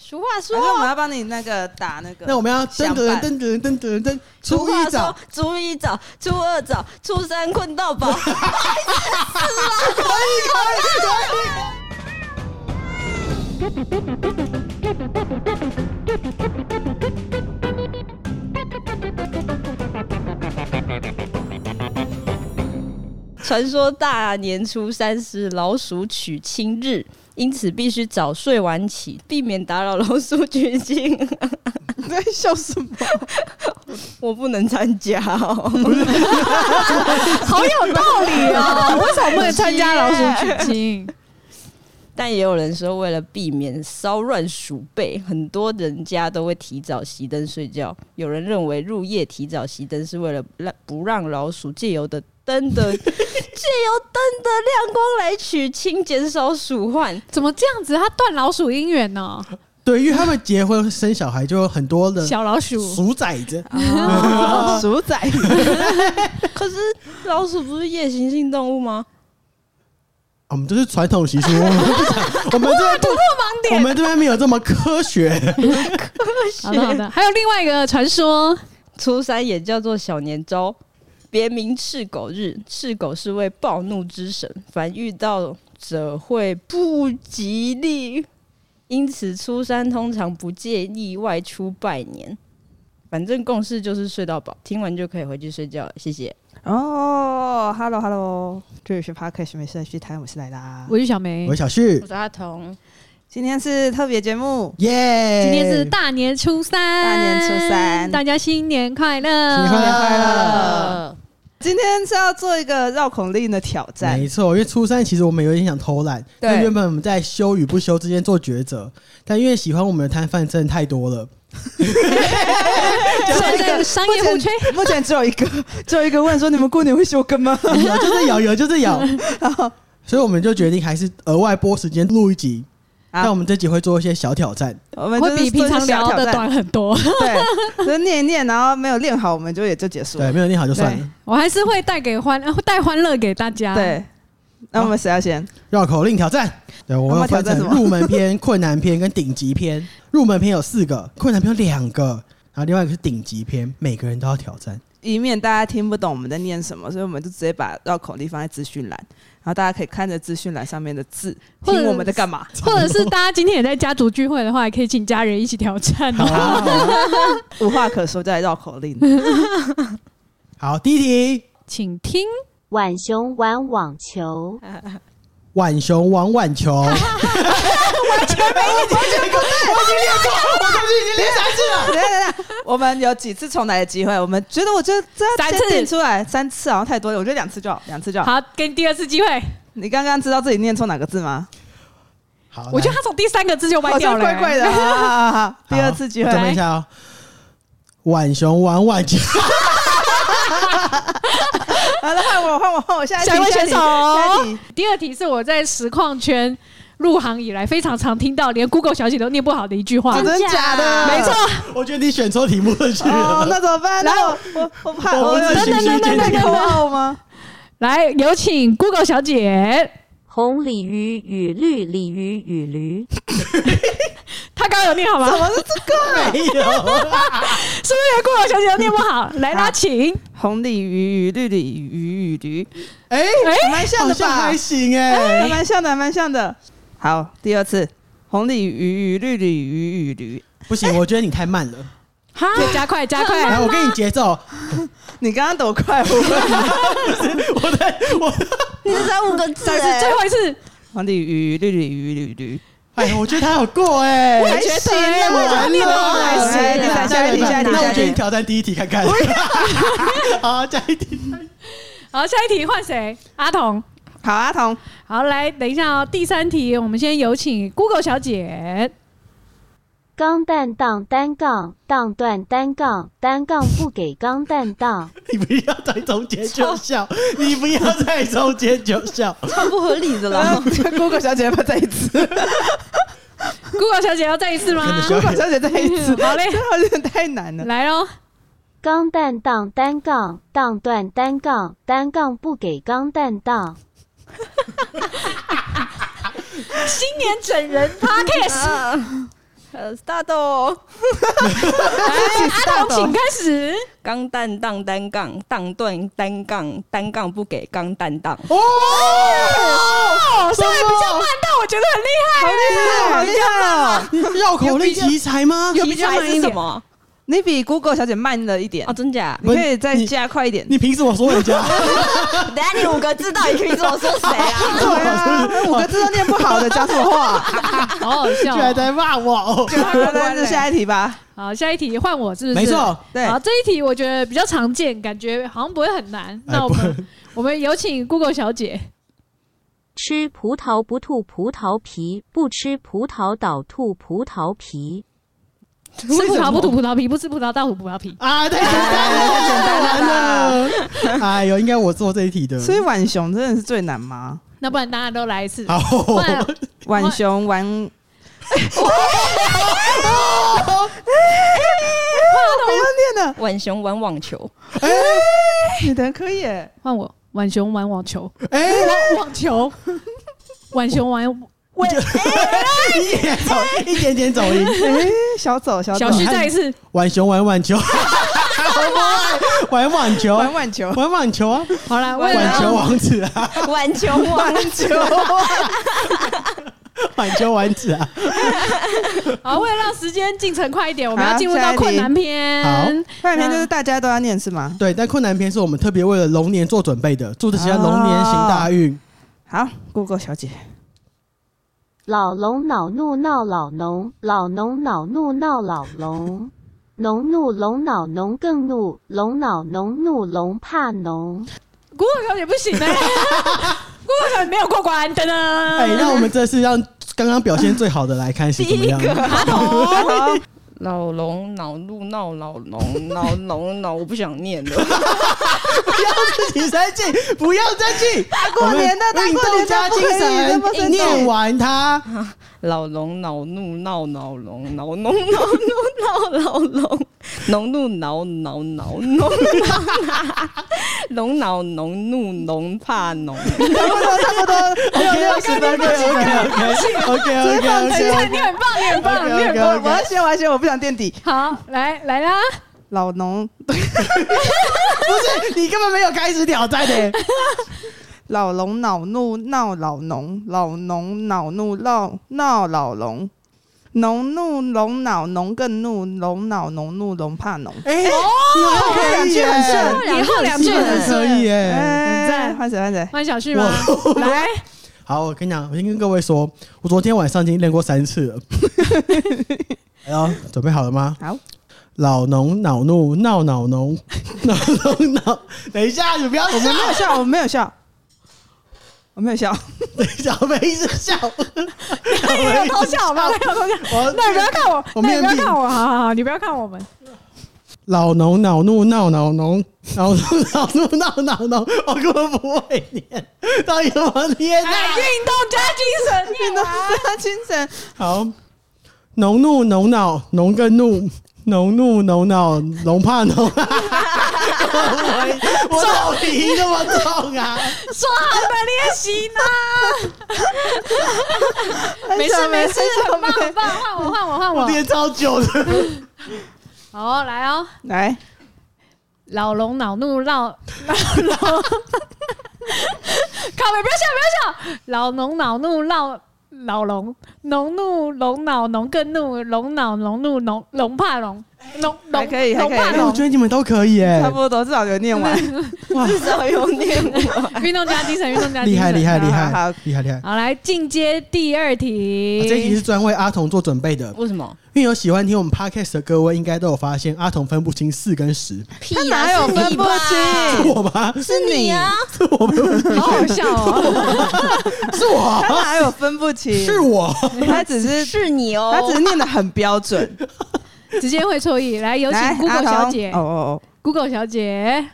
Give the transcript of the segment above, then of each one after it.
俗话反正我说，们要帮你那个打啊那个，那我们要噔想噔办噔噔噔噔噔，俗初话一说早，，啊初一早，初二早，初三困到 饱。传说大年初三是老鼠娶亲日，因此必须早睡晚起，避免打扰老鼠娶亲。你在笑什么？我不能参加、哦， 好有道理 哦！为什么不能参加老鼠娶亲，但也有人说，为了避免骚乱鼠辈，很多人家都会提早熄灯睡觉。有人认为入夜提早熄灯是为了让不让老鼠借由的灯 的借由灯的亮光来取亲，减少鼠 患。怎么这样子？他断老鼠姻缘呢？对，因为他们结婚生小孩就有很多嗯的小老鼠，鼠崽子，鼠仔，可是老鼠不是夜行性动物吗？啊我们这是传统习俗，我们不讲，我们这边不我盲们这边没有这么科学。好的好的，还有另外一个传说，啊初三也叫做小年朝，别名赤狗日。赤狗是为暴怒之神，凡遇到者会不吉利，因此初三通常不建议外出拜年。反正共识就是睡到饱，听完就可以回去睡觉了。谢谢。哦，Hello Hello，这里是 Parkish 没事去谈，我是莱拉。我是小梅我，小旭，是阿童，今天是特别节目，耶！今天是大年初三，大年初三大家新年快乐，新年快乐快乐今天是要做一个绕口令的挑战没。错，因为初三其实我们有点想偷懒，对但原本我们在休与不休之间做抉择，但因为喜欢我们的摊贩真的太多了，现在商业互吹，目前只有一个， 只有一个问说你们过年会休更吗？有就是有，有就是有，所以我们就决定还是额外拨时间录一集。好但我们这集会做一些小挑战，我们就会是比平常做一些小聊挑的战，短很多。对，就是念一念，然后没有练好，我们就也就结束对，了。没有念好就算了。我还是会带给欢 呃带欢乐给大家。， 对，啊那我们谁要先？绕口令挑战，对，我那们么会挑分战成什么入门篇、困难篇跟顶级篇。入门篇有四个，困难篇有两个，然后另外一个是顶级篇，每个人都要挑战。以免大家听不懂我们在念什么，所以我们就直接把绕口令放在资讯栏，然后大家可以看着资讯栏上面的字，或者听我们在干嘛。或者是大家今天也在家族聚会的话，也可以请家人一起挑战好哦。啊，好啊无话可说，就来绕口令。好，第一题，请听，浣熊玩网球，浣熊玩浣球。等一下等一下，我们有几次重来的机会？我们觉得，我觉得这要三先次定出来，三次好像太多了，我觉得两次就好，两次就好。好，给你第二次机会。你刚刚知道自己念错哪个字吗？好，我觉得来他从第三个字就歪好掉像了、怪怪的。好好好好好第二好次机我会，准备一下哦。浣熊玩浣球，好了，换我，换我，换我，下一题下一位下选一题手下一题第二题是我在实况圈入行以来非常常听到，连 Google 小姐都念不好的一句话。真的假的？没错，我觉得你选错题目了。哦，那怎么办？那我我我怕我我有自己那那去那决定扣号吗？来有请 Google 小姐，红鲤鱼与绿鲤鱼与驴，她刚刚有念好吗？怎是不么是这个？没有，是连 Google 小姐都念不 好？来拉请，红鲤鱼与绿鲤鱼与驴，哎，哎，蛮像好的像吧还？行还哎。蛮像的，还蛮像的。好，第二次，红鲤鱼与绿鲤鱼与驴。不行，我觉得你太慢了。哈，加快加来，快，我给你节奏，你刚刚多快？ 我我在我，你只才五个字再次最后一次，红鲤鱼与绿鲤鱼与驴。哎，我觉得他有过哎。我也觉得还行啊哎我我觉得念得好还哎行第啊三，下下一题，下一题，那下我一就去题。挑战第一题看看。好，下一题。好，下一题换谁？阿童。好，阿童，！好，来，等一下哦。第三题，我们先有请 Google 小姐。钢弹荡单杠，荡断单杠，单杠不给钢弹荡。你不要在中间就笑，你不要在中间就笑。超不合理的啦 ，Google 哎小姐要不要再一 次 Google 小姐要再一次吗？真的需要？Google 小姐再一次，好嘞这哎好像太难了。来喽。钢弹荡单杠，荡断单杠，单杠不给钢弹荡。新年整人 Podcast，啊呃，大豆阿童请开始。钢弹荡单杠，荡断单杠，单杠不给钢弹荡。哦，稍微比较慢，但我觉得很厉害。好厉害，好厉害哦！你绕口令题材吗？题材是什么？你比 Google 小姐慢了一点哦，，真 假？你可以再加快一点。你凭什么说人家？等下你五个字到底可以跟我说谁啊？对啊， 五个字都念不好的，讲什么 话？好好笑居然哦。在骂我哦！那就下一题吧。好，下一题换我是不是？没错，对，好，这一题我觉得比较常见，感觉好像不会很难。哎那我们我们有请 Google 小姐。吃葡萄不吐葡萄皮，不吃葡萄倒吐葡萄皮。吃葡萄不吐葡萄皮，不吃葡萄倒吐葡萄皮。 啊，太简单了，太简单了。 哎呦，应该我做这一题的。所以浣熊真的是最难吗？那不然大家都来一次。好，不然浣熊玩不要念了，浣熊玩网球， 哎你的可以耶。换我，浣熊玩网球， 哎，网球，浣熊 玩一点走，一点点走 音。哎，小走小走小，旭再一次，浣熊玩网球，玩网球，玩网球，玩网球啊，好了，为网球了王子啊，浣球网球。网球王子啊。好为了让时间进程快一点，我们要好进入到下一题困难篇。外面就是大家都要念是吗？对，但困难篇是我们特别为了龙年做准备的，祝大家龙年行大运。好，Google 小 姐，老龙恼怒闹老农，老农恼怒闹老龙。农怒龙恼农更怒，龙恼农怒龙怕农。古惑小姐不行呢，古惑小姐没有过关，噔噔。哎、那我们这次让刚刚表现最好的来看是怎么样？老龙恼怒闹老龙，老龙恼，我不想念了。不要自己生气，不要生气。大过年的大过年的加精不可以这么生神，气念完它。老龙恼怒闹老龙，恼怒恼怒闹老 龙，农怒恼恼恼农农恼农怒农怕农。差不多差不多， OK，六十分，OK，OK，OK，OK，OK，等一下，你很棒，你很棒，你很棒。我我要先我要先，我不想垫底。好，来来啦，老农不是，你根本没有开始挑战的、老龙恼怒闹老农，老农恼怒闹闹老龙，农怒龙恼农更怒，龙恼农怒龙怕农。哎、哦你好可以耶、顺呃以后两句真很的可以耶、哎赞换谁换谁？换小旭吗？来，好，我跟你讲，我先跟各位说，我昨天晚上已经练过三次了。 哎呦，准备好了吗？好。老农恼怒闹恼农， 恼农恼。等一下，你不要我笑们，没有笑，我们没有笑，我没有笑。等一下，我们一直笑。没有哎偷笑吧？没有偷笑。我那你不要看我，我那你不面要壁看我，好好好，你不要看我们。 老农恼怒闹恼农， 恼怒恼怒闹恼农，我根本不会念，到底怎么念啊？哎，运动加精神，运运动加精神，好，农怒农恼农更怒，农怒农恼农 怕农。我我头皮那么重啊！说好的练习呢？没事没事，很棒很棒，换我换我换我我。练超久的，好，来哦。来，老龙恼怒闹 老龙，靠北，不要笑，不要笑。老龙恼怒闹老龙，农怒龙恼农更怒，龙恼龙怒龙龙怕龙，龙还龙可以，还龙可霸哎，我以，觉得你们都可以哎差，不多至少有念完，哇，至少有念过。运动家精 神，运动家精神，厉害厉害厉好害好厉害厉害！啊好，来进阶第二题。啊这一题是专为阿童做准备的，为什么？因为有喜欢听我们 podcast 的各位，应该都有发现阿童分不清四跟十，屁他呀哪有分不？是清？我吗？是你啊！好好 笑哦！是我，啊他哪有分不清？是我， 他只是是你哦！他只是念的很标准。直接会错意。来，有请来，阿 Google 童小姐哦哦哦， ，Google 小姐，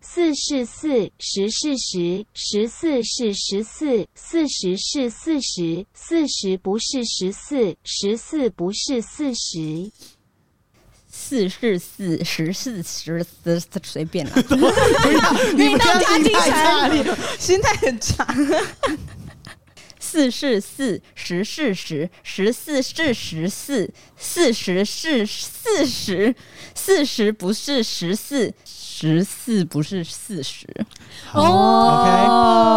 四是四，十是十，十四是十四，四十是四十，四十不是十四，十四不是四十。四是四十四十四，随 便啦。运动家精神，心态很差。四是四十是十，十四是十四，四十是四十，四十不是十四，十四不是四十。哦，OK，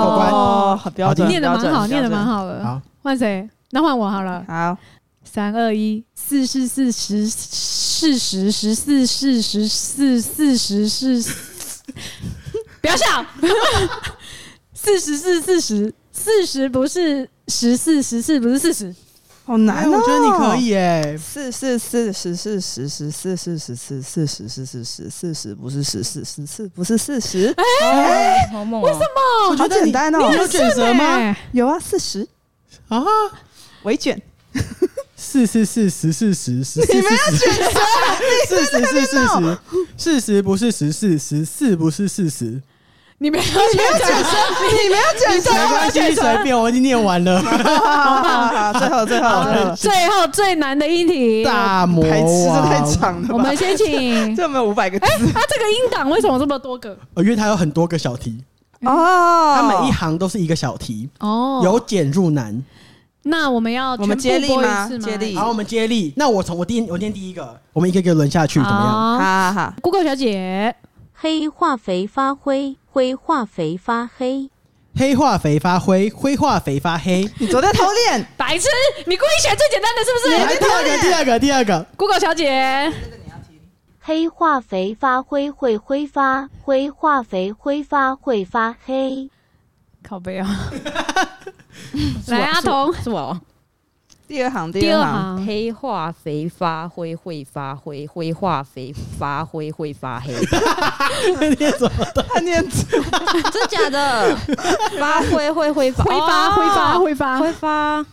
过关。哦，很标准，念的蛮标好，准念的蛮。好的。好，换谁？那换我好了标。准好，三二一，四是四十，四十十四是十四，四十 是，不要笑， 四十是四十，四十不是十四，十四不是四十，好难哎，哦。我觉得你可。以哎，四四四十四十十四四十四四十四十十四十不是十四十四不是四十，哎，好猛！为什么？我好觉得简你单哦你。有卷舌吗？哎有啊，四十啊，微卷，四四四十四十十四四十，四十四四十，四十不是十四，十四不是四十，你没有觉得？你没有卷舌，啊没关系，随便，我已经念完了。好好好，最后最后最后，最后最难的一题，大魔排词都太王，长了吧？我们 先请这有没有五百个字他这个音档为什么这么多个？呃因为它有很多个小题，哦它每一行都是一个小题，哦，由简入难。那我们要我们接全部力播一吗次哎接力好，我们接力。那我从我第一我念第一个，我们一个一个轮下去，怎么样？好好好好， ，Google 小姐，黑化肥发灰，灰化肥发黑。黑化肥发灰，灰化肥发黑。你昨天偷练，白痴，你故意选最简单的是不是来第二个，第二个，第二个。 ？Google 小姐。黑化肥发灰会挥发，灰化肥挥发会发黑。靠 背啊！来，啊阿童，是我。第二行，第二二行，行，黑化肥发灰会发灰，灰化肥发灰会发黑，他念真假的？ 发灰会挥发，挥发，挥发，哦挥发，挥发。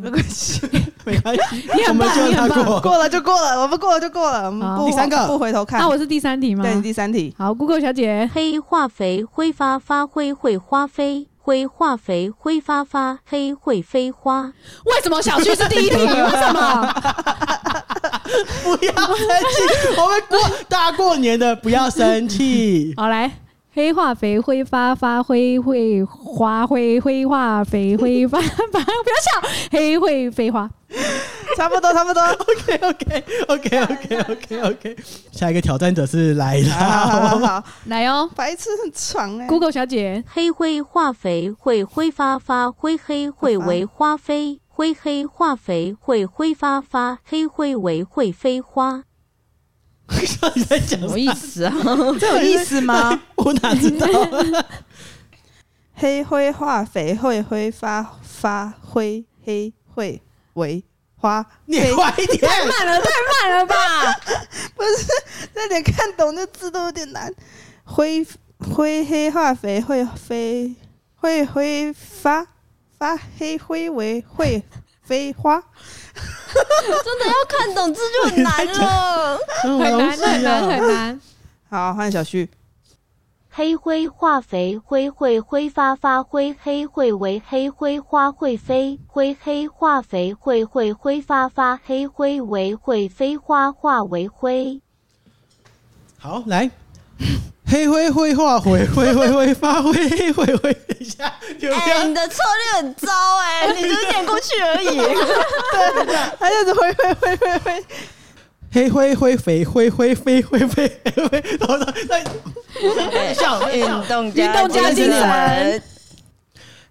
没关系，没关系，你我很们棒，就你他很棒。过。过了就过了，我们过了就过了，我们好不第三个不回头看。那我是第三题吗？对你第三题，好，Google 小姐，黑化肥挥发发灰会花飞，灰化肥挥发发黑会飞花。为什么小旭是第 一题？为什么？不要生气，我们过大过年的不要生气。好，来，黑化肥挥发发灰会花灰，灰化肥挥发发，不要笑，黑会飞花。差不多差不多。 OK OK OK OK OK OK，下一个挑战者是来好好好啦。好，来哦白痴很长哎。 ，Google 小姐，黑灰化肥会挥发发灰黑会为花飞，灰黑化肥会挥发发黑灰为会飞花。你在什讲什么么？意思啊？这有意思吗？我哪知道？黑灰化肥会挥发发灰黑会为花，你快一点！慢了，太慢了吧？那连看懂这字都有点难。灰灰黑化肥会飞会挥发发黑灰为会飞花。真的要看懂字就很难了。很很难，很难，啊很难。好，换小旭。黑灰化肥灰会挥发发灰黑会为黑灰花会飞，灰黑化肥会会挥发发黑灰为会飞花化为灰。好，来，黑灰灰化灰灰灰灰发灰黑灰灰。等一下，有没哎、有你？的策略很糟哎、你就是点过去而已。他就是挥挥挥挥挥，黑灰灰肥灰灰飞灰灰灰灰。然后那笑，运动运动家精神。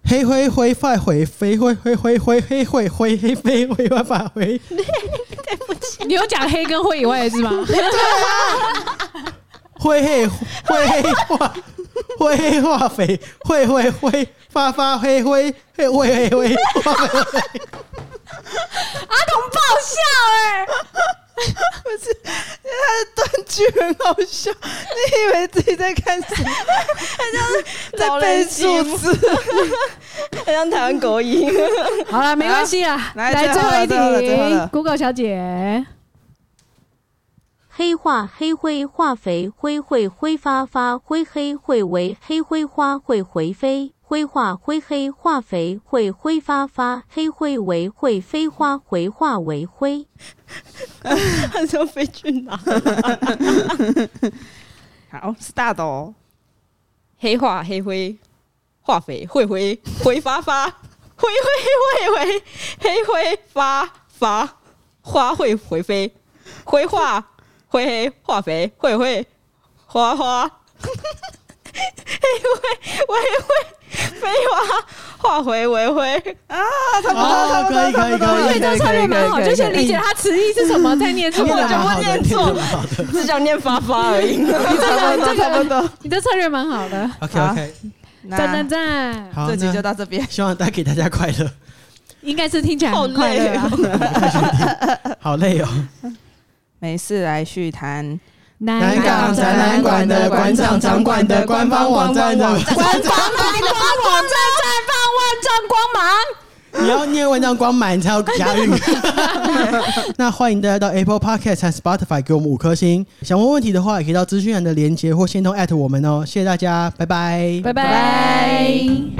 黑灰灰发灰飞灰灰灰灰黑灰灰黑飞灰发灰。对不起，你有讲黑跟灰以外的字吗？会黑会黑化，会黑化肥，会会会发发灰灰，会会会化肥。阿童爆笑哎、断句很好笑，你以为自己在看什 么？老在人背节目数 字。很像台湾国音。好了，没关系啦，来来最后了最后了最后一题了，Google 小姐，黑化黑灰化肥灰会挥发发灰黑会为黑灰花会回飞灰化灰黑化肥会挥发发黑灰为会飞花回化为灰。他说飞去哪？啊 好，是大的哦。黑化黑灰化肥灰灰灰发发灰灰灰灰黑灰发发花会回飞灰化灰黑化肥灰灰花花黑灰灰灰飞花化回回灰哦，可以可以我可觉以，得这策略蛮好，可以可以可以就先理解它词义是什么，再念出念来得。蛮好的我就念错念得蛮好的。只想念发发而 已。你这差不个多，差这不个，多。你的策略蛮好的， OK OK，赞赞那赞！好，这集就那到这边。希望带给大家快乐。应该是听起来很快乐好啊。好累哦。没事，来续谈。南港展览馆的馆长场馆的官方网站的官方版的网站绽放万丈光芒。你要念文章光满才有押韵。那欢迎大家到 Apple Podcast 和 Spotify 给我们五颗星。想问问题的话，也可以到资讯栏的连接或线通 at 我们哦。谢谢大家，拜拜，拜拜。